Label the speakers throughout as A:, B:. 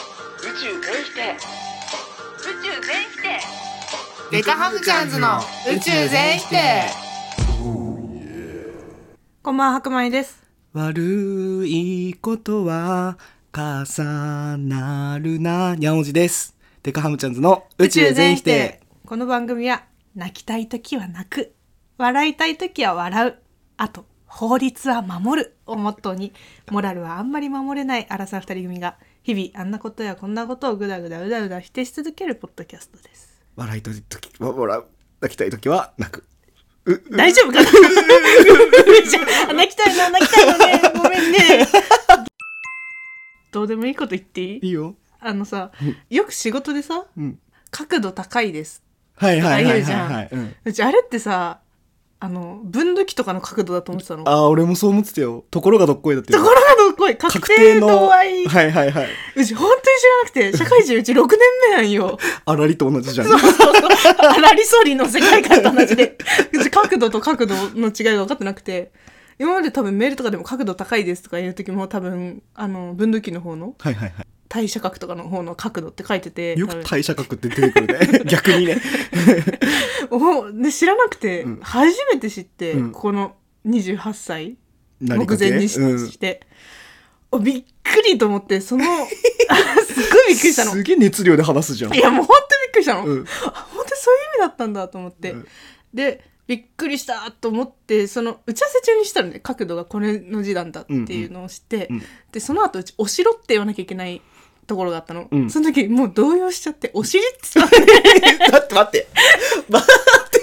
A: 宙全否定宇宙全否定
B: デカハムチャンズの宇宙全否定
C: こんばんは、白米です。
D: 悪いことは重なるなにゃんおじですデカハムチャンズの宇宙全否定。
C: この番組は、泣きたい時は泣く、笑いたい時は笑う、あと、法律は守るをモットーに、モラルはあんまり守れない荒沢二人組が、日々あんなことやこんなことをぐだぐだうだうだ否定し続けるポッドキャストです。
D: 笑いとき時は笑う泣きたい時は泣く
C: 大丈夫かな あ泣きたいな、泣きたいのね。ごめんね。どうでもいいこと言っていい
D: いいよ
C: あのさ、よく仕事でさ、
D: うん
C: 角度高いです
D: はいはいは
C: あ
D: い
C: いい
D: は
C: じ
D: い
C: ゃん
D: はい、うん、
C: うちあれってさあの分度器とかの角度だと思ってたのとこ
D: あー俺もそう思ってたよところがどっこいだって
C: ろがどっこい確定の度合い
D: はいはいはいう
C: ち本当に知らなくて社会人うち6年目なんよ
D: あらりと同じじゃん
C: あらりそりの世界観と同じでうち角度と角度の違いが分かってなくて今まで多分メールとかでも角度高いですとか言う時も多分あの分度器の方の
D: はいはいは
C: 対射角とかの方の角度って書いてて
D: いよ
C: 多
D: く
C: 分
D: 代謝角って出てくるね 逆にね
C: おで知らなくて、
D: うん
C: 初めて知って、
D: うん
C: この28歳
D: なり
C: 目
D: かけ
C: 前にし,、
D: うん
C: ておびっくりと思ってその あすごいびっくりしたの
D: すげえ熱量で話すじゃん
C: いやもう本当にびっくりしたの、
D: うん
C: あ本当にそういう意味だったんだと思って、
D: うん
C: でびっくりしたと思ってその打ち合わせ中にしたのね角度がこれの字なんだっていうのを知って、
D: うんうんうん
C: でその後うち「お城」って言わなきゃいけないところがあったの、
D: うん
C: その時もう動揺しちゃって「お尻」って 言ったのね
D: 待って待って待って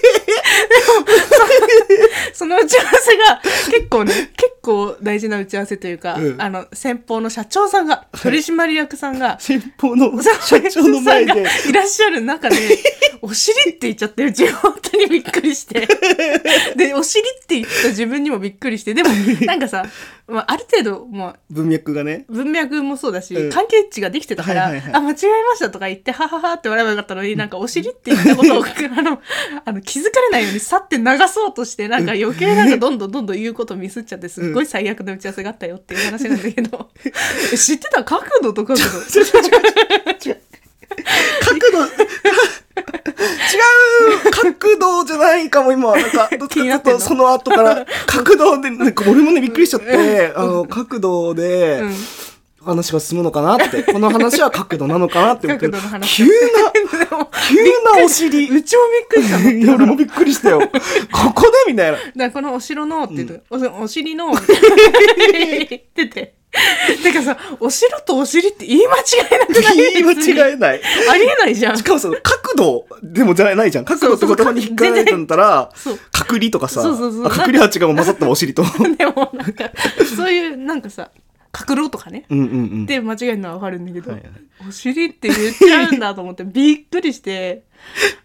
C: その打ち合わせが結構ね結構大事な打ち合わせというか、
D: うん
C: あの先方の社長さんが取締役さんが
D: 先方の社長の前で
C: いらっしゃる中で、 お尻って言っちゃって、うち本当にびっく りして。で、お尻って言った自分にもびっくりして、でも、なんかさ、まあ、ある程度、も
D: 文脈がね
C: う、文脈もそうだし、
D: うん
C: 関係値ができてたから、
D: はいはいはい
C: あ、間違えましたとか言って、はははって笑えばよかったのに、なんか、お尻って言ったことを、あの、あの気づかれないように去って流そうとして、なんか余計なんかどんどんどんどん言うことミスっちゃって、すっごい最悪な打ち合わせがあったよっていう話なんだ けど、知ってた角度と角度。
D: 角度違う角度じゃないかも今なん かどっちか
C: 気
D: と
C: に
D: い
C: な
D: う
C: ってんの
D: とその後から角度でなんか俺もねびっくりしちゃってあの角度で
C: うん
D: 話が進むのかなってこの話は角度なのかなって思って
C: 角度の話
D: 急な
C: でも
D: 急なお尻
C: うちもびっくりしたの。
D: いや俺もびっくりしたよここでみたい な
C: だからこのお城のって言うと、おお尻 のって言ってて。てかさ、お城とお尻って言い間違えなくない
D: 言い間違
C: え。
D: えない
C: ありえないじゃ ん
D: し。かもその角度でもじゃないじゃん角度って言葉に引っかかれてんだったら
C: そう。
D: 隔離とかさ
C: そうそうそう
D: あ隔離は違う混ざったわお尻と
C: でもなんか、そういう、なんかさ、角ろとかね。
D: うんうんうん
C: で間違えるのはわかるんだけど、
D: はいは
C: お尻って言っちゃうんだと思 って、びっくりして。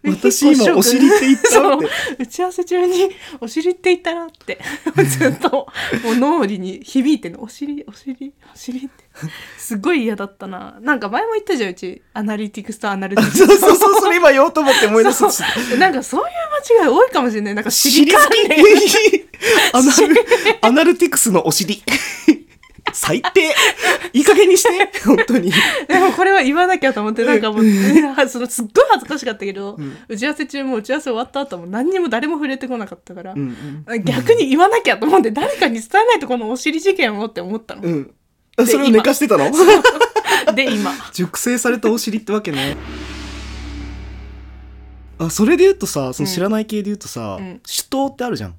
D: 私
C: 結
D: 今
C: 構
D: お
C: ショック
D: 尻って言ったっ
C: そう
D: て。
C: 打ち合わせ中に「お尻って言ったな」って ずっともう脳裏に響いてんの「お尻お尻お尻」ってすごい嫌だったななんか前も言ったじゃんうちアナリティクスとアナルティクス
D: そうそうそう、それ今言おうと思って思い出す。
C: そうなんかそういう間違い多いかもしれないなんか尻関連
D: きアナル、アナルティクスのお尻。最低。いい加減にして。本当に。
C: でもこれは言わなきゃと思ってなんかもうそのすっごい恥ずかしかったけど、
D: ん
C: 打ち合わせ中も打ち合わせ終わった後も何にも誰も触れてこなかったから、
D: うん
C: 逆に言わなきゃと思って誰かに伝えないとこのお尻事件をって思ったの
D: う。ん。うん。それを寝かしてたの
C: で今。
D: 熟成されたお尻ってわけね。あ、それで言うとさ、その知らない系で言うとさ、
C: うん
D: 酒盗ってあるじゃん。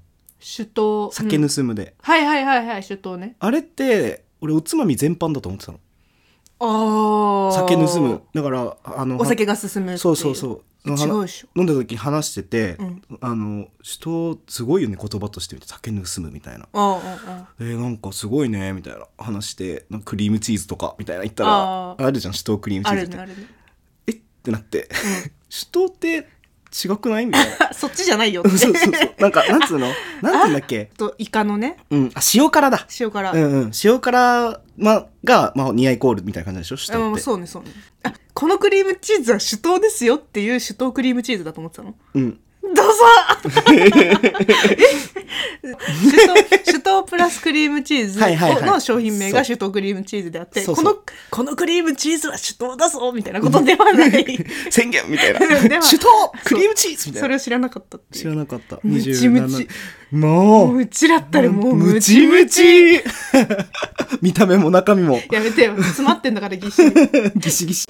C: 首都
D: 酒
C: うん
D: 盗むで。
C: はいはいはいはい首都ね
D: あれって、俺おつまみ全般だと思ってたの。
C: ああ
D: 酒盗む。だから、あの、
C: お酒が進むってい
D: そうそうそう。
C: 違うでしょ
D: 飲んだ時に話してて、
C: うん
D: あの人すごいよね言葉として酒盗むみたいな。
C: ああああ
D: えー、なんかすごいねみたいな話してなんかクリームチーズとかみたいな言ったら
C: あ
D: あ
C: ー
D: るじゃん酒盗クリームチ
C: あ
D: ーズっ
C: る
D: て、
C: ねあるね
D: えってなって、 酒盗って違くないみたい な
C: あそっちじゃないよっ
D: そ
C: て
D: うそうそうなんかなんつうのなんていうんだっけ
C: とイカのね
D: うんあ塩辛だ
C: 塩辛
D: うんうん塩辛、ま、が、まあ、似合いコールみたいな感じでしょ酒
C: あ
D: 盗
C: ま
D: っ
C: あ
D: て
C: そうねそうねあこのクリームチーズは首都ですよっていう首都クリームチーズだと思ってたの
D: うん
C: どうぞ 首都首都プラスクリームチーズ
D: はいはいはい
C: の商品名が首都クリームチーズであってこのこのクリームチーズは首都だぞみたいなことではない
D: 宣言みたいな
C: では
D: 首都クリームチーズみた
C: そ
D: い
C: れ
D: な
C: を知らなかったってい
D: 知
C: う
D: らなかった
C: ムチムチ
D: 27も
C: も
D: う
C: ううちらったらもう
D: ム
C: ム
D: チ
C: チ
D: ム
C: ムチ
D: チ 見た目も中身も
C: やめてよ詰まってんだからぎっしり
D: ギシギシ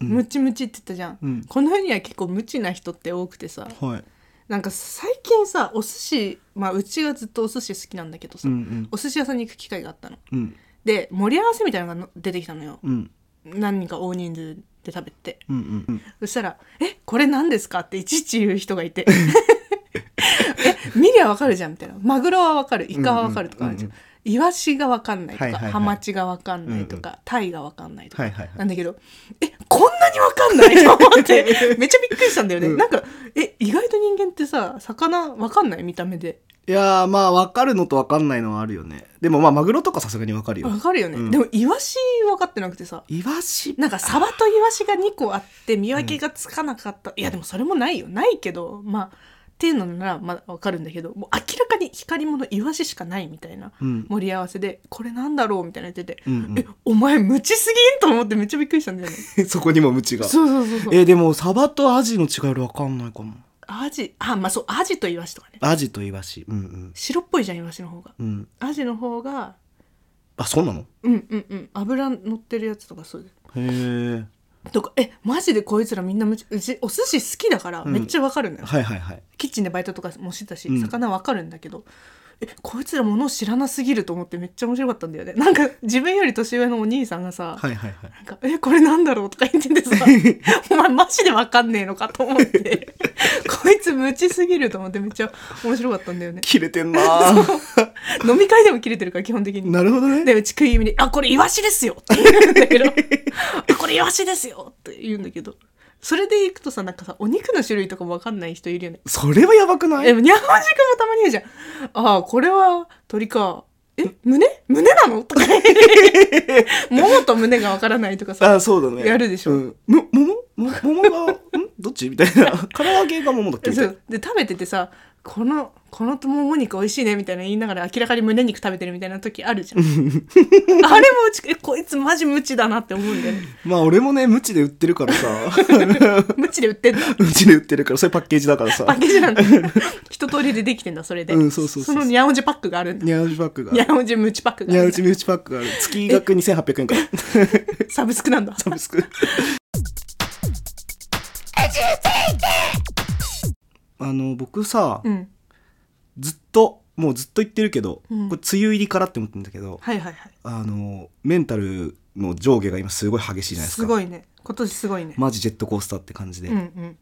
C: ムチムチって言ったじゃん、
D: うん
C: この世には結構無知な人って多くてさ
D: はい
C: なんか最近さお寿司まあうちがずっとお寿司好きなんだけど
D: う
C: さ、
D: んうん
C: お寿司屋さんに行く機会があったの
D: うん
C: で盛り合わせみたいなのがの出てきたのよ
D: うん
C: 何人か大人数で食べて
D: うんうんうん
C: そしたら「えこれ何ですか?」っていちいち言う人がいて 「え見りゃわかるじゃん」みたいな「マグロはわかるイカはわかる」とかあるじゃん、
D: うん
C: イワシがわかんないとか、
D: はいはいはい
C: ハマチがわかんないとか、タイがわかんないとか、
D: はいはいはい
C: なんだけど「えこんなにわかんない?」 と思ってめっちゃびっくりしたんだよね、
D: うん
C: なんか「え意外と人間ってさ魚わかんない見た目で
D: いやーまあ分かるのと分かんないのはあるよねでもまあマグロとかさすがに分かるよ
C: わかるよね、
D: うん
C: でもイワシわかってなくてさ
D: イワシ
C: なんかサバとイワシが2個あって見分けがつかなかった、いやでもそれもないよないけどまあっていうのならまだわかるんだけどもう明らかに光り物イワシしかないみたいな
D: うん
C: 盛り合わせでこれなんだろうみたいな言ってて、
D: うん
C: えお前無知すぎんと思ってめっちゃびっくりしたんだよね
D: うんそこにもムチが
C: そうそうそうそう
D: えーでもサバとアジの違い分かんないかも
C: アジあまあそうアジとイワシとかね
D: アジとイワシうん
C: 白っぽいじゃんイワシの方が
D: うんうん
C: アジの方が
D: あそうなの
C: うんうんうん油乗ってるやつとかそうだよ
D: へえ
C: とかえマジでこいつらみんな無知うちお寿司好きだから
D: うん
C: めっちゃわかるんだよ、
D: はいはいはい
C: キッチンでバイトとかもしてたし、
D: うん
C: 魚わかるんだけどえこいつら物を知らなすぎると思ってめっちゃ面白かったんだよね なんか自分より年上のお兄さんがさ「
D: はいはいはい
C: なんかえこれなんだろう?」とか言ってて さ「お前マジでわかんねえのか」と思ってこいつ無知すぎると思ってめっちゃ面白かったんだよね
D: 切れてんなー
C: 飲み会でも切れてるから基本的 に。
D: なるほどね
C: でうち食い意味で「あこれイワシですよ」って言うん だけど「あこれイワシですよ」って言うんだけどそれでいくとさなんかさお肉の種類とかもわかんない人いるよね
D: それはやばくない
C: でも、にゃんまじくんもたまに言うじゃん。ああ、これは鳥か。え、胸胸なの とか。ももと胸がわからないとかさ。
D: あそうだね
C: やるでしょ
D: うん、もももももが んどっちみたい な唐揚げがももだっけみた
C: そ
D: いな
C: うで、食べててさ、この、このもも肉美味しいねみたいな言いながら明らかに胸肉食べてるみたいな時あるじゃん。あれもうち、え、こいつマジ無知だなって思うんだよね。
D: まあ俺もね無知で売ってるからさ
C: 無知で売ってんだ。
D: 無知で売ってるからそれパッケージだからさ
C: パッケージなんだ。一通りでできてんだ、それで。
D: うんそうそうそう
C: のにゃんおじパックがあるんだ。
D: ニャウジパックが
C: にゃんおじムチパックがあ
D: ニャ
C: るん
D: ウ
C: だ
D: ジ。ミュチパックがある月額2800円から
C: サブスクなんだ。
D: サブスクあの僕さ、
C: うん。
D: ずっともうずっと言ってるけど、
C: うん
D: これ梅雨入りからって思ってるんだけど
C: はいはいはい。
D: あのメンタルの上下が今すごい激しいじゃないですか
C: すごいね今年すごいね、
D: マジジェットコースターって感じで、
C: うんうん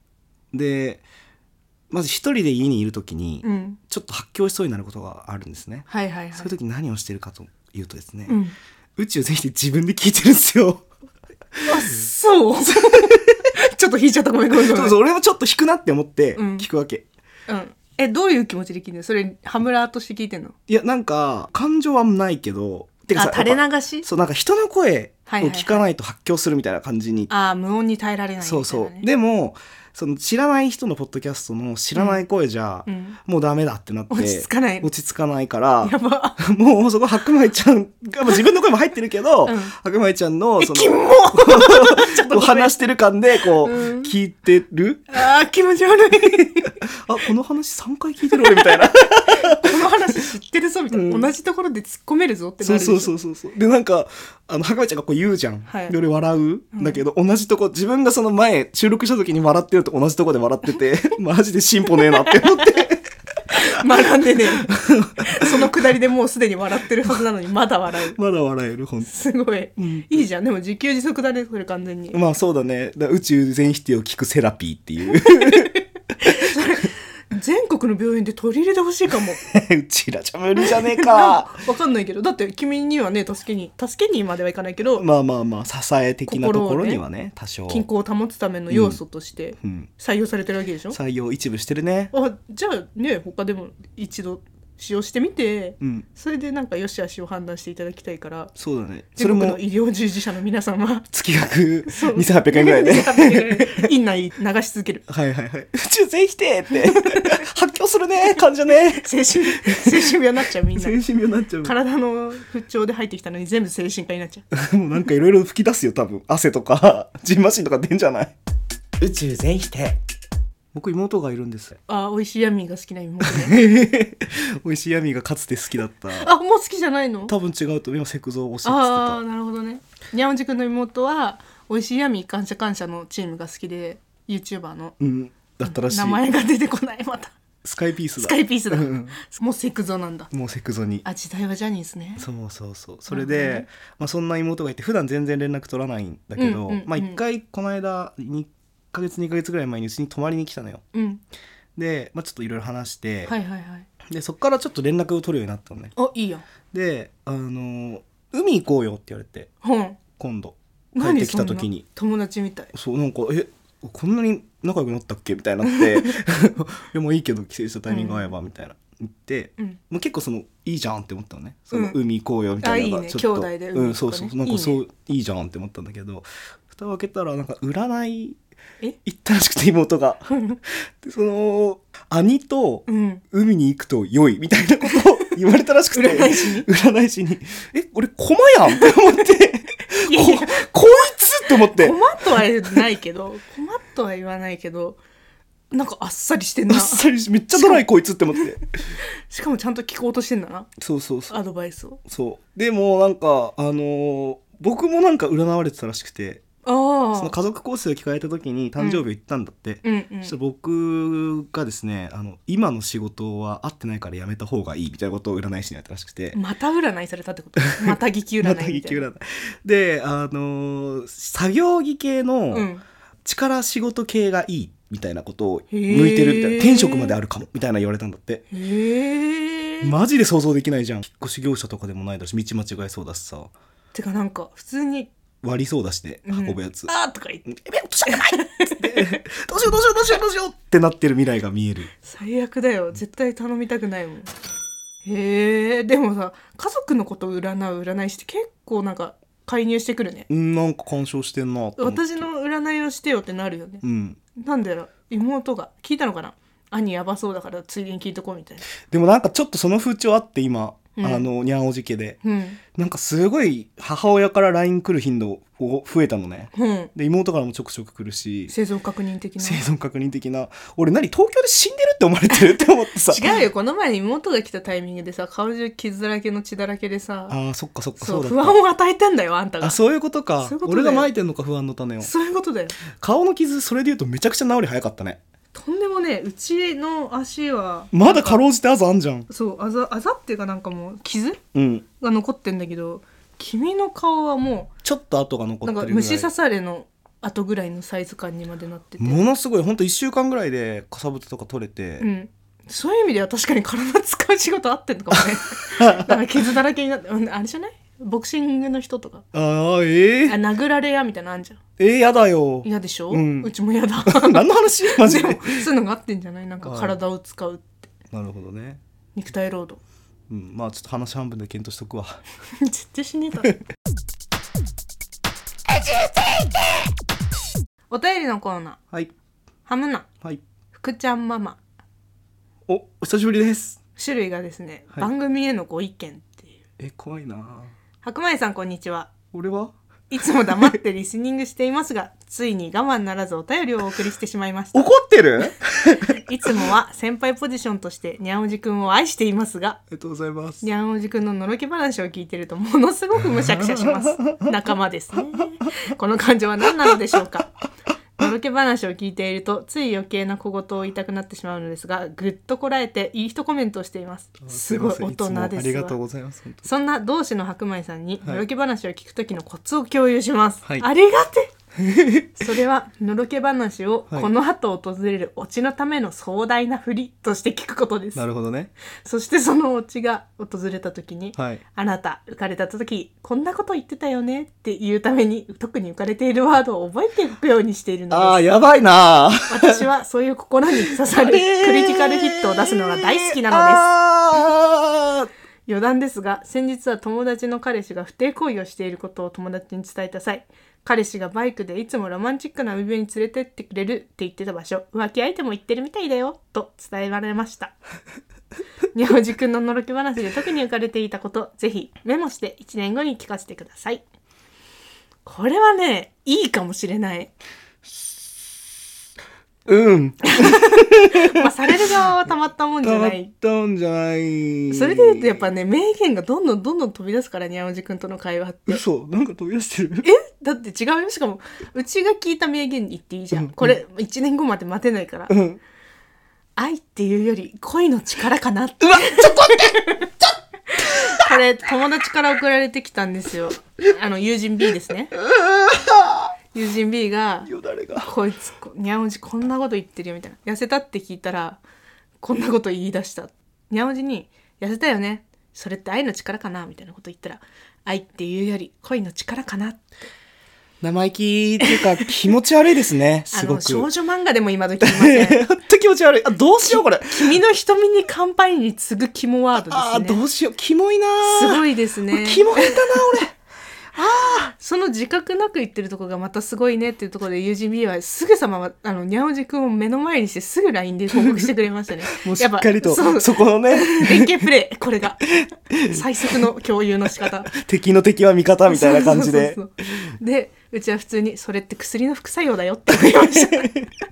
D: でまず一人で家にいる時に、
C: うん
D: ちょっと発狂しそうになることがあるんですね、
C: はいはいはい
D: そういう時何をしてるかというとですね、
C: うん、
D: 宇宙全否定自分で聞いてるんですよ
C: あそう ちょっと引いちゃったごめんごめんごめ
D: そ
C: ん
D: うそう俺もちょっと引くなって思って
C: うん
D: 聞くわけ、
C: うん、えどういう気持ちで聞いてんのそれハムラーとして聞いてんの
D: いやなんか感情はないけどて
C: あ
D: さ
C: 垂れ
D: やっ
C: 流し
D: ぱそうなんか人の声を
C: はいはいはい
D: 聞かないと発狂するみたいな感じに、
C: あ無音に耐えられないみたいな、ね、
D: そうそうでもその知らない人のポッドキャストの知らない声じゃ、
C: うん
D: もうダメだってなって
C: 落ち着かない
D: 落ち着かないから
C: やば
D: もうそこ白米ちゃんが、まあ自分の声も入ってるけど、
C: うん
D: 白米ちゃんの
C: え
D: そ
C: キモ
D: の
C: ちょっ
D: こ
C: と
D: う
C: ごめん
D: 話してる感でこう、
C: うん
D: 聞いてる
C: あー気持ち悪い
D: あこの話3回聞いてる俺みたい な
C: この話知ってるぞみたいな、
D: うん
C: 同じところで突っ込めるぞってな
D: そう
C: る
D: そうそううそうそうでなんかあの白米ちゃんがこう言うじゃん、
C: はい
D: で俺笑うんだけど、同じとこ自分がその前収録した時に笑ってると同じとこで笑って てマジで進歩ねえなって思って
C: 学ん でねそのくだりでもうすでに笑ってるはずなのにまだ笑う
D: まだ笑える本
C: すごい、
D: ん
C: いいじゃんでも自給自足だねそれ完全に
D: 当まあそうだねだから宇宙全否定を聞くセラピーっていう
C: 全国の病院で取り入れてほしい かも。
D: うちらじゃ無理じゃねえ
C: な
D: か
C: んか わかんないけど、だって君にはね、助けに、助けにまではいかないけ ど、
D: まあまあまあ支え的なところにはね多少
C: 均衡を保つための要素として
D: うん、
C: 採用されてるわけでしょ、
D: 採用一部してるね
C: あ、じゃあね、他でも一度使用してみて、
D: うん
C: それでなんか良し悪しを判断していただきたいから
D: そうだねそ
C: 全
D: れ
C: 国の
D: も
C: 医療従事者の皆さんは
D: 月額2800円ぐらいで
C: 院内流し続ける
D: はいはいはい宇宙全否定って 発狂するね患者ね
C: 精神精神病になっちゃうみんな
D: 精神病になっちゃう
C: 体の不調で入ってきたのに全部精神科になっちゃう
D: もうなんかいろいろ吹き出すよ多分汗とか ジンマシンとか出んじゃない宇宙全否定僕妹がいるんです
C: あー美味しいヤミーが好きな妹ね
D: 美味しいヤミーがかつて好きだった
C: あもう好きじゃないの
D: 多分違うと今セクゾを推しって
C: あ
D: 言
C: あ
D: って
C: なるほどねにゃおじくんの妹は美味しいヤミー感謝感謝のチームが好きで YouTuber の
D: たうんだったらしい
C: 名前が出てこな いまた
D: スカイピースだ
C: スカイピースだ
D: うんうん
C: もうセクゾなんだ
D: もうセクゾに
C: あ時代はジャニーズね
D: そうそうそうそれ
C: なるほど
D: で
C: ね、
D: まあ、そんな妹がいて普段全然連絡取らないんだけど、
C: うんうんうん
D: まあ、1回この間1ヶ月2ヶ月ぐらい前にうちに泊まりに来たのよ
C: うん
D: で、まあ、ちょっといろいろ話して、
C: はいはいはい
D: でそっからちょっと連絡を取るようになったのね
C: あいいやん
D: であのー海行こうよ」って言われて
C: ほん
D: 今度帰っ
C: 何
D: てきた時に
C: そんな友達みたい
D: そうなんか「えこんなに仲良くなったっけ?」みたいになって「 いやもういいけど帰省したタイミング合えば」みたいな言って、
C: うん
D: もう結構そのいいじゃんって思ったのねそ
C: うん
D: の海行こうよみたいなの
C: あいい
D: が
C: ね
D: ちょっと、
C: 兄弟で海行くと
D: う
C: ね
D: んそうそうなんかそういい,、じゃんって思ったんだけど蓋を開けたらなんか占い
C: え
D: 行ったらしくて妹 がでその兄と
C: うん
D: 海に行くと良いみたいなことを言われたらしくて
C: 占い師に
D: 占い師に「え俺駒やん!」って思って
C: いやいや
D: ここいつって思って
C: 困っとは言わないけど困っとは言わないけどなんかあっさりしてん
D: あっ
C: な
D: さりしめっちゃドライこいつって思って
C: しかもちゃんと聞こうとしてんだな
D: そうそうそう
C: アドバイスを
D: そうでもなんかあのー僕もなんか占われてたらしくてそ
C: あ
D: の家族構成を聞かれた時に誕生日を言ったんだって、
C: あうんうん
D: そしたら僕がですねあの今の仕事は合ってないからやめた方がいいみたいなことを占い師にやったらしくて、
C: また占いされたっ てことまた劇占いみ
D: ま
C: た
D: た
C: いな
D: 激占いであのー作業着系
C: う
D: の
C: ん
D: 力仕事系がいいみたいなことを向いてるみたい
C: へ
D: な
C: ー
D: 天職まであるかもみたいな言われたんだって
C: へえ、
D: マジで想像できないじゃん引っ越し業者とかでもないだし道間違えそうだしさ
C: てかなんか普通に
D: 割りそうだしで
C: うん
D: 運ぶやつ、
C: あーとか言って
D: えべ落としたくないっつってどうしようどうしようどうしようどうしようってなってる未来が見える
C: 最悪だよ絶対頼みたくないもんへえでもさ家族のことを占う占い師って結構なんか介入してくるね
D: うんなんか干渉してんなと思って
C: 私の占いをしてよってなるよね
D: うん
C: なんだろう妹が聞いたのかな兄やばそうだからついでに聞いとこうみたいな
D: でもなんかちょっとその風潮あって今、
C: うん
D: あのにゃんおじ家で
C: うん
D: なんかすごい母親から LINE 来る頻度を増えたのね
C: うん
D: で妹からもちょくちょく来るし
C: 生存確認的な
D: 生存確認的な俺何東京で死んでるって思われてるって思ってさ
C: 違うよこの前妹が来たタイミングでさ顔中傷だらけの血だらけでさ
D: あーそっかそっか
C: そ
D: そううだ
C: 不
D: っ
C: 安を与えてんだよあんた
D: た
C: が
D: あそういうことか
C: そういうことだよ
D: 俺が撒いてんのか不安の種を
C: そういうことだよ
D: 顔の傷それで言うとめちゃくちゃ治り早かったね
C: とんでもねうちの足は
D: まだかろうじてあざあんじゃん
C: そうあざあざっていうかなんかもう傷
D: うん
C: が残ってんだけど君の顔はも
D: ちょっと跡が残
C: う
D: って
C: な
D: る
C: ん
D: ぐ
C: から
D: い
C: 虫刺されの後ぐらいのサイズ感にまでなってて
D: ものすごいほんと1週間ぐらいでかさぶたとか取れて、
C: うんそういう意味では確かに体使う仕事合ってんのか もねなんか傷だらけになってうんあれじゃないボクシングの人とか
D: あーえ
C: あ
D: ー、
C: 殴られやみたいなのあんじゃん
D: えー、やだよ
C: 嫌でしょ、
D: うん
C: ちも 嫌だ
D: 何の 話マジ
C: で
D: で
C: もそういうのがあってんじゃないなんか体を使う
D: なるほどね、
C: 肉体労働
D: うん、まあちょっと話半分で検討しとくわ
C: 絶対死ねえだろお便りのコーナー
D: はい
C: ハムナ
D: はい
C: 福ちゃんママ
D: おお久しぶりです
C: 種類がですね、
D: はい
C: 番組へのご意見っていう
D: え怖いな
C: 白米さんこんにちは
D: 俺はい
C: つも黙ってリスニングしていますが ついに我慢ならずお便りをお送りしてしまいました
D: 怒ってる あ
C: いつもは先輩ポジションとしてにゃんおじくんを愛していますが
D: りがとうございます
C: にゃんおじくんののろけ話を聞いてるとものすごくむしゃくしゃ します。仲間ですね。この感情は何なのでしょうか。のろけ話を聞いているとつい余計な小言を言いたくなってしまうのですが、ぐっとこらえていい人コメントをしています。すごい大人
D: ませんいつも
C: ですわ。
D: ありがとうございます本当
C: そんな同志の白米さんに
D: はい
C: のろけ話を聞く時のコツを共有します。
D: はい
C: ありがてえ。 それはのろけ話を
D: はい
C: この後訪れるオチのための壮大な振りとして聞くことです
D: なるほどね。
C: そしてそのオチが訪れた時に、
D: はい。
C: あなた浮かれた時こんなこと言ってたよねっていうために特に浮かれているワードを覚えておくようにしている
D: あ
C: の
D: あ、
C: です
D: やばいなー。
C: 私はそういう心に刺さるクリティカルヒットを出すのが大好きなの
D: の
C: です
D: です。
C: 余談ですが先日は友達の彼氏が不貞行為をしていることを友達に伝えた際彼氏がバイクでいつもロマンチックな海辺に連れてってくれるって言ってた場所浮気相手も行ってるみたいだよと伝えられました にゃおじくんののろけ話で特に浮かれていたことぜひメモして1年後に聞かせてくださいこれはねいいかもしれない
D: うん。
C: まあされる側はたまったもんじゃ
D: たま
C: な
D: っ
C: い
D: たんじゃない。
C: それで言うとやっぱね名言がどんどんどんどん飛び出すからにゃおじくんとの会話って
D: 嘘なんか飛び出して る
C: だって違うよしかもうちが聞いた名言言っていいじゃん、
D: うん
C: これ1年後まで待てないから、
D: うん。
C: 愛っていうより恋の力かなって
D: うわ、ちょっと待って
C: これ友達から送られてきたんですよあの友人 B ですね友人 B が
D: よだれ
C: 「
D: が。
C: こいつこにゃんおじこんなこと言ってるよ」みたいな「痩せた」って聞いたらこんなこと言い出したにゃんおじに「痩せたよねそれって愛の力かな」みたいなこと言ったら「愛っていうより恋の力かな」
D: 生意気っていうか気持ち悪いですね。
C: あ
D: すご
C: の
D: く。
C: 少女漫画でも今時言いませ ん
D: ほんと気持ち悪い。あ、どうしようこれ。
C: 君の瞳に乾杯に次ぐキモワード
D: あー
C: ですね。
D: どうしよう。キモいな
C: す
D: ー。
C: ごいですね。
D: キモいんだな、俺。。
C: その自覚なく言ってるとこがまたすごいねっていうところで UGB はすぐさまはあのにゃおじくんを目の前にしてすぐ LINE で報告してくれましたね
D: もうしっかりと、
C: やっぱ
D: そ
C: そう
D: このね、
C: 連携プレイこれが最速の共有の仕方。
D: 敵の敵は味方みたいな感じで
C: そ。うそうそうそうでうちは普通に「それって薬の副作用だよ」って言われました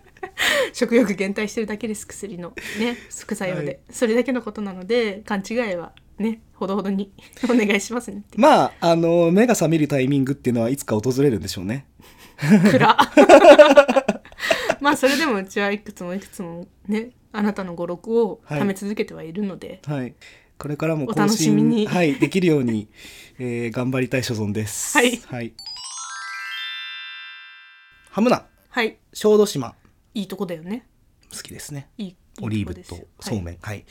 C: 食欲減退してるだけです薬のね副作用で、
D: はい
C: それだけのことなので勘違いはねほどほどに お願いしますねって
D: まあ、あの、目が覚めるタイミングっていうのはいつか訪れるんでしょうね。
C: 暗 まあそれでもうちはいくつもいくつもねあなたの語録を
D: はい
C: 貯め続けてはいるので、
D: はい。これからも
C: お
D: 更
C: 楽しみ
D: 新、
C: に
D: はい、できるように、えー頑張りたい所存です。
C: はい
D: ハムナ、
C: はい、い、
D: 小豆島、
C: いとこだよね
D: 好きですね。
C: いいいいとこ
D: オリーブ
C: です
D: と
C: よ
D: そうめん。
C: はい
D: はい。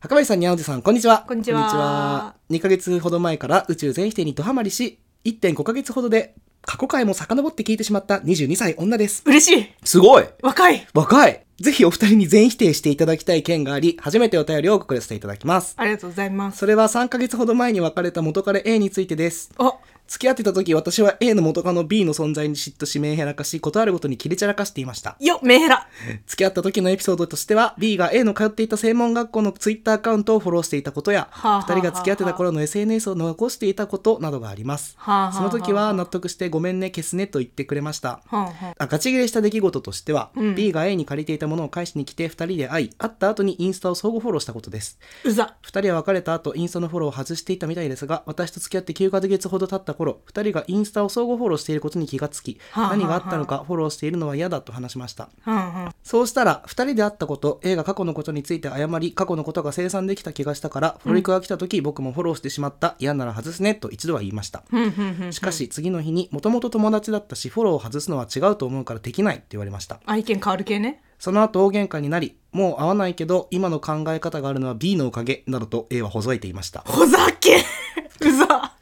D: 博林さん、にゃおじさん、こんにちは。
C: こんにちは
D: 2ヶ月ほど前から宇宙全否定にドハマりし、1.5ヶ月ほどで過去回も遡って聞いてしまった22歳女です。
C: 嬉しい
D: すごい
C: 若い
D: 若いぜひお二人に全否定していただきたい件があり、初めてお便りを送らせていただきます。
C: ありがとうございます
D: それは3ヶ月ほど前に別れた元彼 A についてです。
C: あ
D: 付き合ってた時、私は A の元カノ B の存在に嫉妬し、メンヘラ化し、ことあるごとに切れ散らかしていました。
C: よメンヘラ
D: 付き合った時のエピソードとしては B が A の通っていた専門学校のツイッターアカウントをフォローしていたことや、
C: はあはあ
D: 2人が付き合ってた頃の SNS を残していたことなどがあります、
C: はあはあはあ
D: その時は納得して「ごめんね消すね」と言ってくれました
C: はんはん
D: あガチ切れした出来事としては、
C: うん
D: B が A に借りていたものを返しに来て2人で会い会った後にインスタを相互フォローしたことです
C: うざ
D: 2人は別れた後インスタのフォローを外していたみたいですが私と付き合って9ヶ月ほど経った頃2人がインスタを相互フォローしていることに気がつき、
C: はあはあはあ
D: 何があったのかフォローしているのは嫌だと話しました
C: はんはん
D: そうしたら、二人で会ったこと、A が過去のことについて謝り、過去のことが清算できた気がしたから、フォリクが来た時、僕もフォローしてしまった。嫌なら外すね、と一度は言いました。
C: ふんふんふん
D: しかし、次の日に、もともと友達だったし、フォローを外すのは違うと思うからできない、って言われました。
C: あ意見変わる系ね
D: その後、大喧嘩になり、もう会わないけど、今の考え方があるのは B のおかげ、などと A はほぞいていました。
C: ほざけ う ざ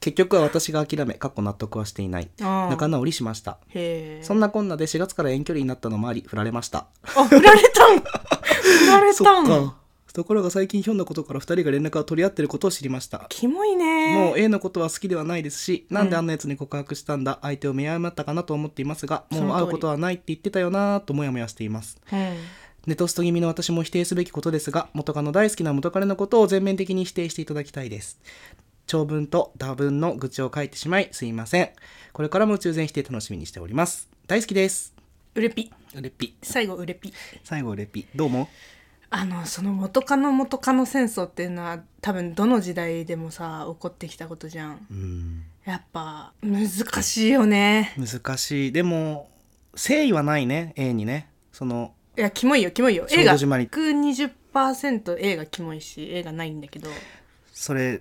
D: 結局は私が諦め、過去納得はしていない。
C: あー
D: 仲直りしました。
C: へえ
D: そんなこんなで4月から遠距離になったのもあり、振られました。
C: あ振られ たん振られ
D: そ
C: た
D: っ
C: ん
D: か。ところが最近ひょんなことから2人が連絡を取り合ってることを知りました。
C: キモいね
D: もう A のことは好きではないですし、なんであんなやつに告白したんだ、相手を見誤ったかなと思っていますが、
C: その
D: もう
C: 通
D: 会
C: り
D: うことはないって言ってたよなぁともやもやしています。
C: うん
D: ネトスト気味の私も否定すべきことですが、元カノ大好きな元彼のことを全面的に否定していただきたいです。長文と打文の愚痴を書いてしまい、すいません。これからも宇宙全否定楽しみにしております。大好きです。
C: うれぴ
D: レピ。
C: 最後うれぴ
D: 最後レピ。どうも
C: あのその元カノ元カノ戦争っていうのは多分どの時代でもさ起こってきたことじゃん
D: うん。
C: やっぱ難しいよね
D: 難しいでも誠意はないね A にねその
C: いやキモいよキモいよ
D: 小
C: A が
D: 豆島に
C: 120%A がキモいし A がないんだけど
D: それ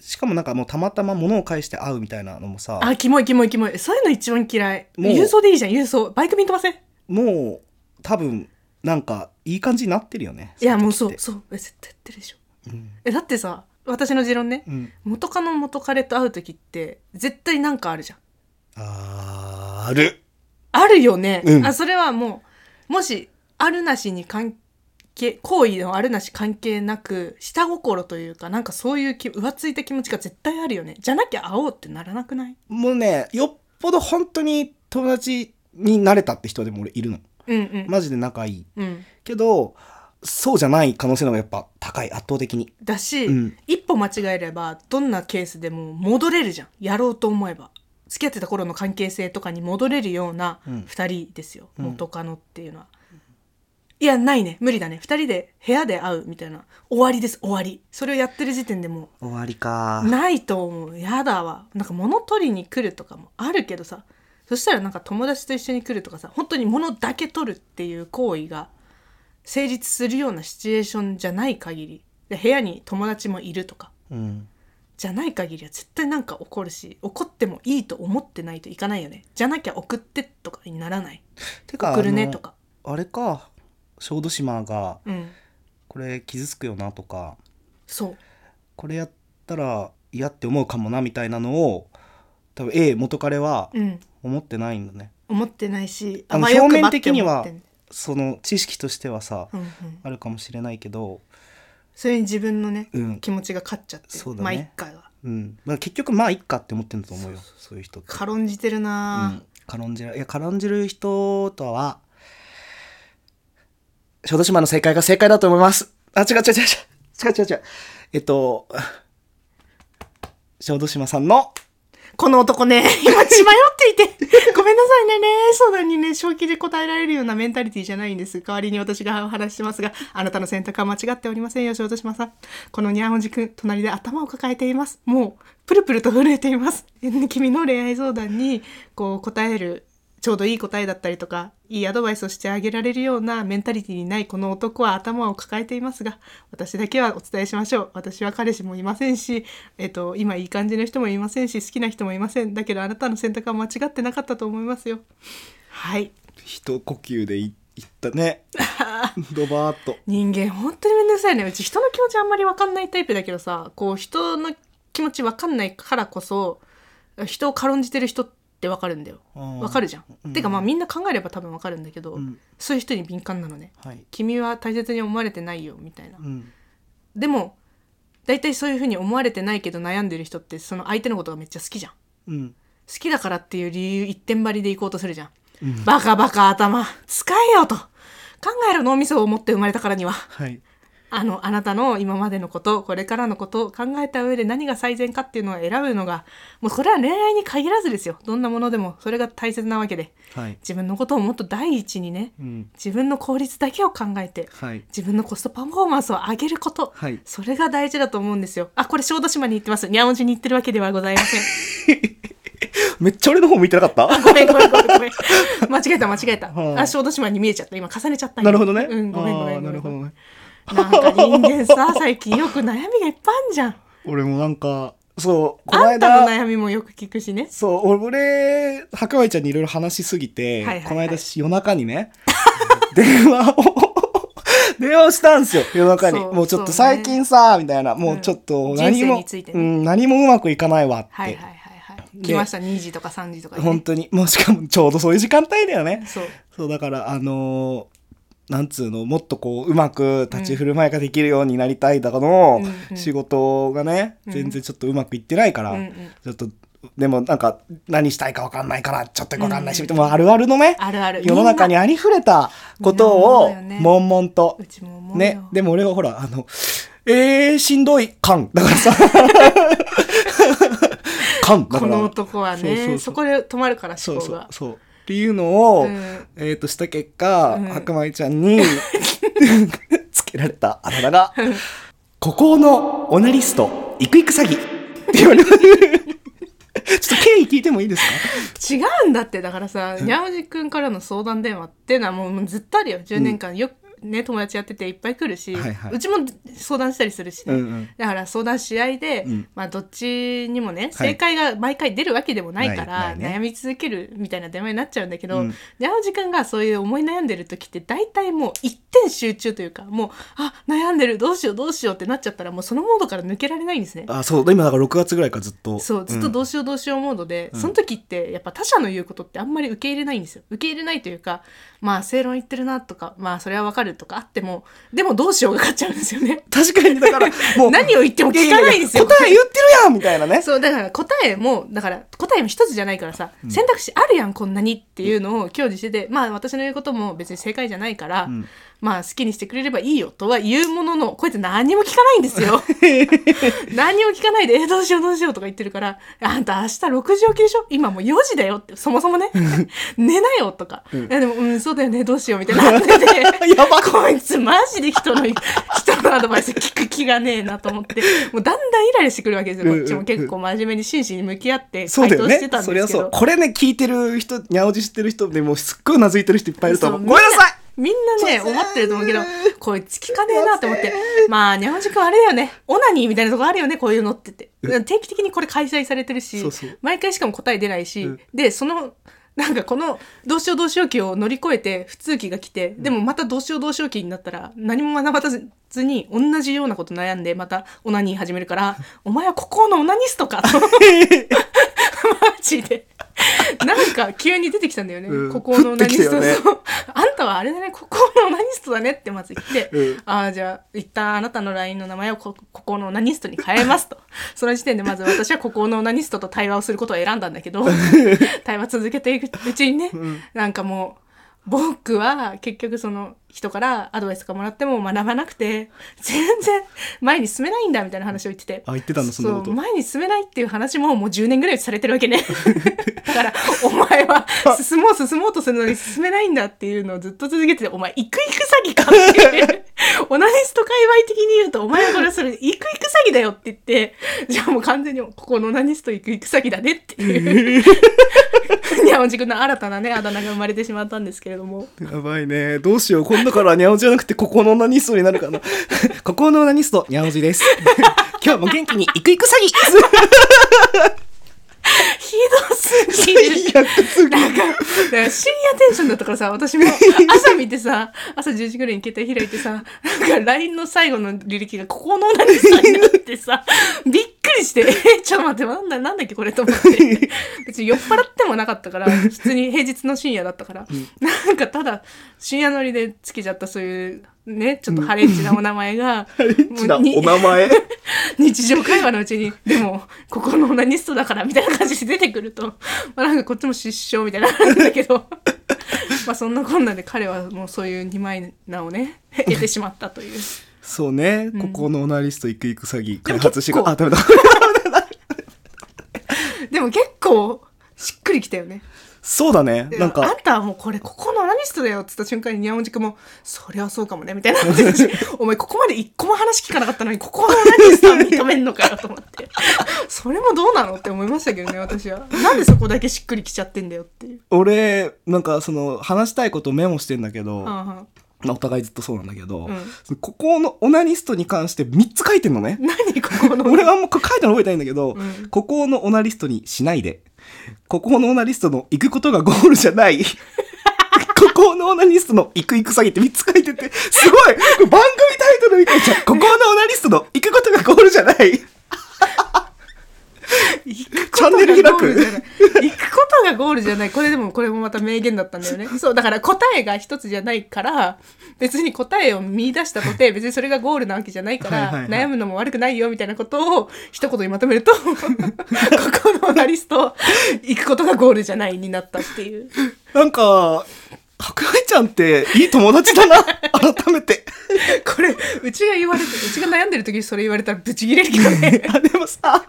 D: しかもなんかもうたまたま物を介して会うみたいなのもさ
C: あ、キモいキモいキモい。そういうの一番嫌い。
D: もう
C: 郵送でいいじゃん、郵送。バイク便飛ばせ。い
D: もう多分なんかいい感じになってるよね
C: や、もう
D: 時
C: そ
D: っ
C: う、
D: て
C: そう。え絶対やってるでしょ。
D: うん
C: え、だってさ、私の持論ね、
D: うん
C: 元カノ元カレと会う時って、絶対なんかあるじゃん。
D: あーある
C: あるよね。
D: うん
C: あ、それはもう、もし、あるなしに関係、行為のあるなし関係なく、下心というか、なんかそういうき浮ついた気持ちが絶対あるよね。じゃなきゃ会おうってならなくない
D: もうねよっぽど本当に友達になれたって人でも俺いるの
C: うんうん。
D: マジで仲いい
C: うん。
D: けどそうじゃない可能性の方がやっぱ高い圧倒的に
C: だし、
D: うん
C: 一歩間違えればどんなケースでも戻れるじゃんやろうと思えば付き合ってた頃の関係性とかに戻れるような
D: うん
C: 2人ですよ、
D: うん
C: 元カノっていうのは、いやないね無理だね2人で部屋で会うみたいな終わりです終わりそれをやってる時点でも
D: 終わりか
C: うないと思うやだわなんか物取りに来るとかもあるけどさそしたらなんか友達と一緒に来るとかさ本当に物だけ取るっていう行為が成立するようなシチュエーションじゃない限りで部屋に友達もいるとか
D: うん
C: じゃない限りは絶対なんか怒るし怒ってもいいと思ってないといかないよねじゃなきゃ送ってとかにならない
D: てか
C: 送る
D: あ
C: ね
D: の
C: とか
D: あれか小豆島が
C: うん
D: これ傷つくよなとか
C: そう
D: これやったら嫌って思うかもなみたいなのを多分 A 元彼は
C: うん
D: 思ってないんだね、
C: 思ってないし
D: あの
C: まよくばって
D: 表面的には
C: 思ってん
D: その知識としてはさ、
C: うんうん、
D: あるかもしれないけど
C: それに自分のね、
D: うん
C: 気持ちが勝っちゃって
D: そうだね
C: まあ一回は
D: うん、まあ、結局まあいっかって思ってると思うよそういう人って、
C: 軽んじてる
D: う
C: な、
D: ん、軽んじるいや軽んじる人とは小豆島の正解が正解だと思いますあ違う違う違う違う違う違う違うえっと小豆島さんの
C: この 男ね今血迷っていてごめんなさいねね相談にね正気で答えられるようなメンタリティじゃないんです代わりに私が話してますがあなたの選択は間違っておりませんよ小豆島さんこのニャンおじくん隣で頭を抱えていますもうプルプルと震えています君の恋愛相談にこう答えるちょうどいい答えだったりとか、いいアドバイスをしてあげられるようなメンタリティにないこの男は頭を抱えていますが、私だけはお伝えしましょう。私は彼氏もいませんし、えっと、今いい感じの人もいませんし、好きな人もいません。だけどあなたの選択は間違ってなかったと思いますよ。はい。
D: 一呼吸でいいった ねドバーっと
C: 人間本当にめんどくさいねうち人の気持ちあんまり分かんないタイプだけどさこう人の気持ち分かんないからこそ人を軽んじてる人って分かるんだよ
D: うん
C: 分かるじゃん、
D: うん
C: てかまあみんな考えれば多分分かるんだけど、
D: うん
C: そういう人に敏感なのね
D: はい
C: 君は大切に思われてないよみたいな
D: うん
C: でも大体そういうふうに思われてないけど悩んでる人ってその相手のことがめっちゃ好きじゃん
D: うん
C: 好きだからっていう理由一点張りで行こうとするじゃん。
D: うん
C: バカバカ頭、使えよと。考えろ脳みそを持って生まれたからには。
D: はい
C: あの、あなたの今までのこと、これからのことを考えた上で何が最善かっていうのを選ぶのが、もうこれは恋愛に限らずですよ。どんなものでも、それが大切なわけで。
D: はい
C: 自分のことをもっと第一にね、
D: うん
C: 自分の効率だけを考えて、
D: はい
C: 自分のコストパフォーマンスを上げること、
D: はい
C: それが大事だと思うんですよ。あ、これ小豆島に行ってます。にゃおじに行ってるわけではございません。
D: めっちゃ俺の方向いてなかった
C: ごめんごめんごめんごめん。 間違えた間違えた。
D: はあ
C: あ、小豆島に見えちゃった。今重ねちゃった。
D: なるほどね
C: うん、ごめんごめ
D: あー
C: んご
D: な
C: め
D: る
C: ん
D: ほ
C: ごめん。
D: どね
C: なんか人間さ、最近よく悩みがいっぱいあんじゃん。
D: 俺もなんかそうこの
C: あんたの
D: 間
C: 悩みもよく聞くしね。
D: そう俺白米ちゃんにいろいろ話しすぎて、
C: はいはいはい
D: この間し夜中にね 電話を 電話をしたんですよ夜中に
C: そう
D: もうちょっと
C: そうね
D: 最近さ、みたいなもううんちょっと何も、
C: 人生について
D: う
C: ね
D: ん、何もうまくいかないわって、
C: はいはいはいはい。
D: で
C: 来ました、2時とか3時とかにね、
D: 本当にもうしかもちょうどそういう時間帯だよね
C: そう。
D: そうだからあのーなんつうのもっとこううまく立ち振る舞いができるようになりたいだの、
C: うんうん
D: 仕事がね、
C: うん
D: 全然ちょっとうまくいってないから、
C: うんうん
D: ちょっとでもなんか何したいか分かんないからちょっとよく分かんないし、
C: うん
D: でもあるあるのね
C: あるある。
D: 世の中に
C: みんな
D: ありふれたことを
C: みんな思うよね
D: 悶々と
C: うちも思うよ。
D: ねでも俺はほらあのえー、しんどい感だから さ感だから
C: この男はね、
D: そう
C: そ
D: そうそう
C: こで止まるから
D: そ
C: 思
D: う
C: 考
D: そう
C: が。
D: そうっていうのを、
C: うん
D: えー、とした結果、
C: うん
D: 白米ちゃんに つけられたあだ名が「孤高のオナリストいくいく詐欺」って言われるちょっと経緯聞いてもいいですか
C: 違うんだってだからさにゃおじくんからの相談電話ってのはもうもうずっとあるよ10年間よ、ね友達やってていっぱい来るし、
D: はいはいう
C: ちも相談したりするしね、
D: うんうん
C: だから相談し合いで、
D: うん
C: まあどっちにもね
D: はい
C: 正解が毎回出るわけでもないから、
D: ないないね
C: 悩み続けるみたいな電話になっちゃうんだけど、
D: うん
C: 出会う時間がそういう思い悩んでる時って大体もう一点集中というかもうあ悩んでるどうしようどうしようってなっちゃったらもうそのモードから抜けられないんですね。
D: あそう今だから6月ぐらいからずっと
C: そうずっとど
D: う
C: うしようどうしようモードで、
D: うん
C: その時ってやっぱ他者の言うことってあんまり受け入れないんですよ受け入れないというかまあ正論言ってるなとかまあそれはわかるとかあってもでもどうしようが勝っちゃうんですよね
D: ん確かにだからもう
C: 何を言っても聞かないんですよ
D: やや答え言ってるやんみたいなね
C: そうだから答えもだから答えも一つじゃないからさ、
D: うん
C: 選択肢あるやんこんなにっていうのを享受しててまあ私の言うことも別に正解じゃないから、
D: うん
C: まあ好きにしてくれればいいよとは言うもののこいつ何も聞かないん ですよ何も聞かないで「えどうしようどうしよう」とか言ってるから「あんた明日6時起きでしょ今もう4時だよ」ってそもそもね「 寝なよ」とか「
D: うん
C: いやでもうんそうだよねどうしよう」みたい にな ってて
D: やば
C: こいつマジで 人の人のアドバイス聞く気がねえなと思ってもうだんだんイライラしてくるわけですよこっちも結構真面目に真摯に向き合って
D: そう
C: 回
D: だよ
C: 答
D: ね
C: してたん
D: そ
C: で
D: りゃ
C: すけ
D: そう
C: ど
D: これね聞いてる人にゃおじ知ってる人でもうすっごいうなずいてる人いっぱいいると思う
C: そう
D: ごめんなさい
C: みんなね
D: そうです
C: 思ってると思うけどこいつ聞かねえなと思ってまあ日本人君あれだよねオナニーみたいなとこあるよねこういうのってって定期的にこれ開催されてるし
D: そうそう
C: 毎回しかも答え出ないし、
D: うん
C: でそのなんかこのどうしようどうしよう期を乗り越えて普通期が来てでもまたどうしようどうしよう期になったら何も学ばずに同じようなこと悩んでまたオナニー始め るから「お前はここのオナニストか」とマジでなんか急に出てきたんだよね、
D: うん
C: ここのオナニス
D: 降
C: ト、
D: ってきたよね
C: そう あんたはあれだねここのオナニストだねってまず言って、
D: うん
C: ああじゃあ一旦あなたの LINE の名前をこここのオナニストに変えますとその時点でまず私はここのオナニストと対話をすることを選んだんだけど対話続けていくうちにね、なんかもう僕は結局その人からアドバイスとかもらっても学ばなくて全然前に進めないんだみたいな話を言ってて
D: あ言ってたんだそんなこと
C: う前に進めないっていう話ももう10年ぐらいされてるわ けねだからお前は進もう進もうとするのに進めないんだっていうのをずっと続けててお前行く行く詐欺かっていうオナニスト界隈的に言うとお前はこれそれ行く行く詐欺だよって言ってじゃあもう完全にここのオナニスト行く行く詐欺だねっていう にゃおじくんの新たなねあだ名が生まれてしまったんですけれど も
D: やばいねどうしよう今度からにゃおじじゃなくてここのオナニストになるかな ここのオナニストにゃおじです 今日も元気にいくいく詐
C: ひどすぎる
D: 欺やっと次
C: な んか、だから深夜テンションだったからさ、私も朝見てさ、朝10時ぐらいに携帯開いてさ、なんか LINE の最後の履歴がここの何さになってさ、びっくりして、え、ちょっと待って、なんだ、なんだっけこれと思って。別に酔っ払ってもなかったから、普通に平日の深夜だったから、なんかただ、深夜乗りでつけちゃったそういう、ね、ちょっとハレンチなお名前が、
D: ちだ
C: もうに
D: お名前
C: 日常会話のうちに、でも、ここのオナニストだから、みたいな感じで出てくると、まあなんかこっちも失笑みたいになるんだけど、 まあそんなこんなで彼はもうそういう二枚名をね、得てしまったという。
D: そうね、
C: ん
D: ここのオナニストいくいく詐欺開発しが
C: でも
D: あダメだ
C: でも結構、しっくりきたよね。
D: そうだねなん
C: あ
D: か
C: んたはもうこれ、ここのオナニストだよって言った瞬間に、ニャオンジ君も、そりゃそうかもね、みたいになってるしお前ここまで一個も話聞かなかったのに、ここのオナニストは認めんのかよと 思って。それもどうなのって思いましたけどね、私は。なんでそこだけしっくりきちゃってんだよっていう。
D: 俺なんかその話したいことをメモしてんだけど、
C: はんはん
D: まあお互いずっとそうなんだけど、
C: うん
D: そのここのオナニストに関して3つ書いてんのね
C: 何ここ の
D: 俺はもう書いたの覚えてないんだけど、
C: うん
D: ここのオナリストにしないで。ここのオナリストの行くことがゴールじゃない。こ このオナリストの行く行く詐欺って3つ書いてて、すごいこれ番組タイトルみたいじゃん。ここのオナリストの行くことがゴールじゃない。
C: 行く
D: チャンネル開く
C: 行くことがゴールじゃないこれでもこれもまた名言だったん だよねそうだから答えが一つじゃないから別に答えを見出したとて 別にそれがゴールなわけじゃないから
D: はいはいはい
C: 悩むのも悪くないよみたいなことを一言にまとめるとここのアナリスト行くことがゴールじゃないになったっていう
D: なんか、白愛ちゃんっていい友達だな。改めて。
C: これうちが言われてうちが悩んでる時にそれ言われたらブチギレるけどね
D: あ、でもさ、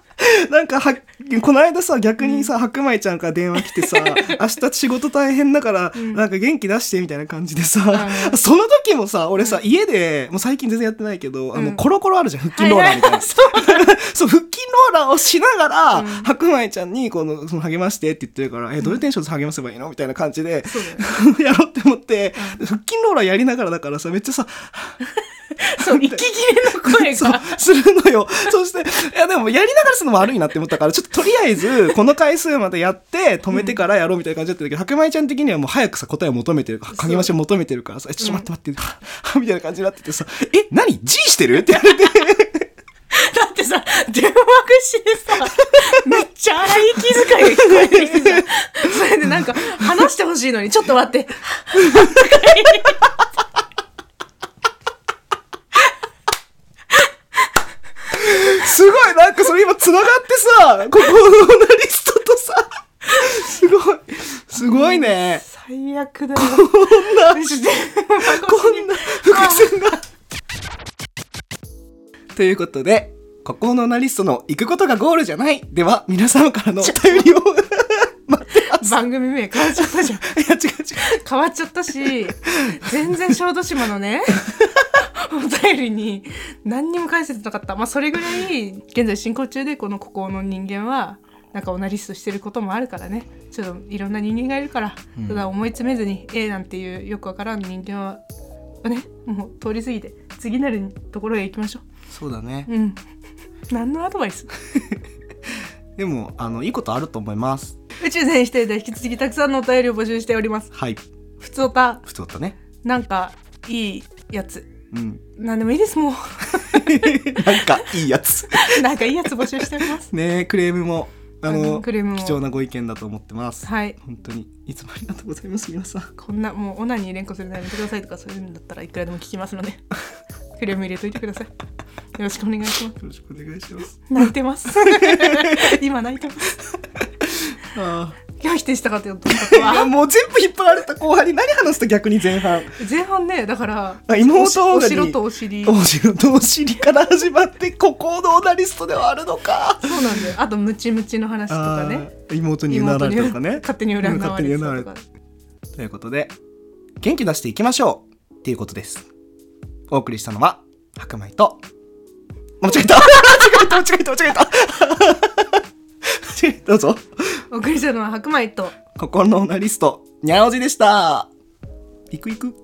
D: なんかはこの間さ逆にさ、白米ちゃんから電話来て さ明日仕事大変だから、なんか元気出してみたいな感じでさ、その時もさ俺さ、家でもう最近全然やってないけど、あのコロコロあるじゃん腹筋ローラ ーみたいな、 そう腹筋ローラーをしながら、白米ちゃんにこのその励ましてって言ってるから、えどういうテンションで励ませばいいのみたいな感じで、 やろうって思って、腹筋ローラーやりながらだからさめっちゃさ
C: そう息切れの 声
D: そう
C: が。
D: するのよ。そして、いやでもやりながらするのも悪いなって思ったから、ちょっととりあえず、この回数までやって、止めてからやろうみたいな感じだったんだけど、白米ちゃん的にはもう早くさ、答えを求めてるから、励ましを求めてるからさ、えちょっと待って待って、 はっみたいな感じになっててさ、え、何 ?G してるって言われて、
C: だってさ、電話越しでさ、めっちゃ荒い息遣いが聞こえてきてさ、それでなんか話してほしいのに、ちょっと待って。
D: すごい、なんかそれ今繋がってさ、ここのナリストとさ、すごい、すごいね。
C: 最悪だよ。こんな、
D: こんな伏線が。ということで、ここのナリストの行くことがゴールじゃないでは、皆様からのお便りを待ってます。
C: 番組名変わっちゃったじゃん。
D: いや、違う違う。
C: 変わっちゃったし、全然小豆島のね、お便りに何にも返せてなかった。まあそれぐらい、現在進行中でこの孤高の人間は、なんかオナリストしてることもあるからねちょっといろんな人間がいるから、ただ思い詰めずに A なんていうよくわからん人間はねもう通り過ぎて次なるところへ行きましょ
D: そうだね。
C: ううん 何のアドバイス
D: でも、あの、いいことあると思います。
C: 宇宙全否定で引き続きたくさんのお便りを募集しております
D: はい。
C: ふつおた
D: 普通だったね。
C: なんかいいやつ
D: うん。
C: 何でもいいですもう
D: なんか、いいやつ。
C: なんかいいやつ募集しております。
D: ねクレームも、あの、
C: うんクレームも
D: 貴重なご意見だと思ってます。
C: はい。
D: 本当に、いつもありがとうございます、皆さん。
C: こんなもうオナニー連呼するのやめてくださいとかそういうんだったらいくらでも聞きますので、 クレーム入れといてください。よろしくお願いしま
D: よ
C: す。
D: ろしくお願いします。
C: 泣いてます。 今泣いてます。
D: あ
C: 今日否定したかったよと思ったこと
D: あ。いや
C: は。
D: もう全部引っ張られた後半に何話した逆に前半。
C: 前半ね、だから、
D: あ妹
C: お
D: が
C: しお城とお尻。そう
D: お尻のお尻から始まって孤高のオナリストではあるのか
C: なんだよ。あと、ムチムチの話とかね。
D: あー妹に占われたとかね
C: 勝手に占われて
D: うん勝手に占わ
C: た
D: れ
C: と
D: た
C: か。
D: ということで元気出していきましょうっていうことですお送りしたのは白米と間違えた間違えた間違えた間違えた間違えたどうぞ
C: お送りしたのは白米と。
D: 心のオナリストにゃおじでしたいくいく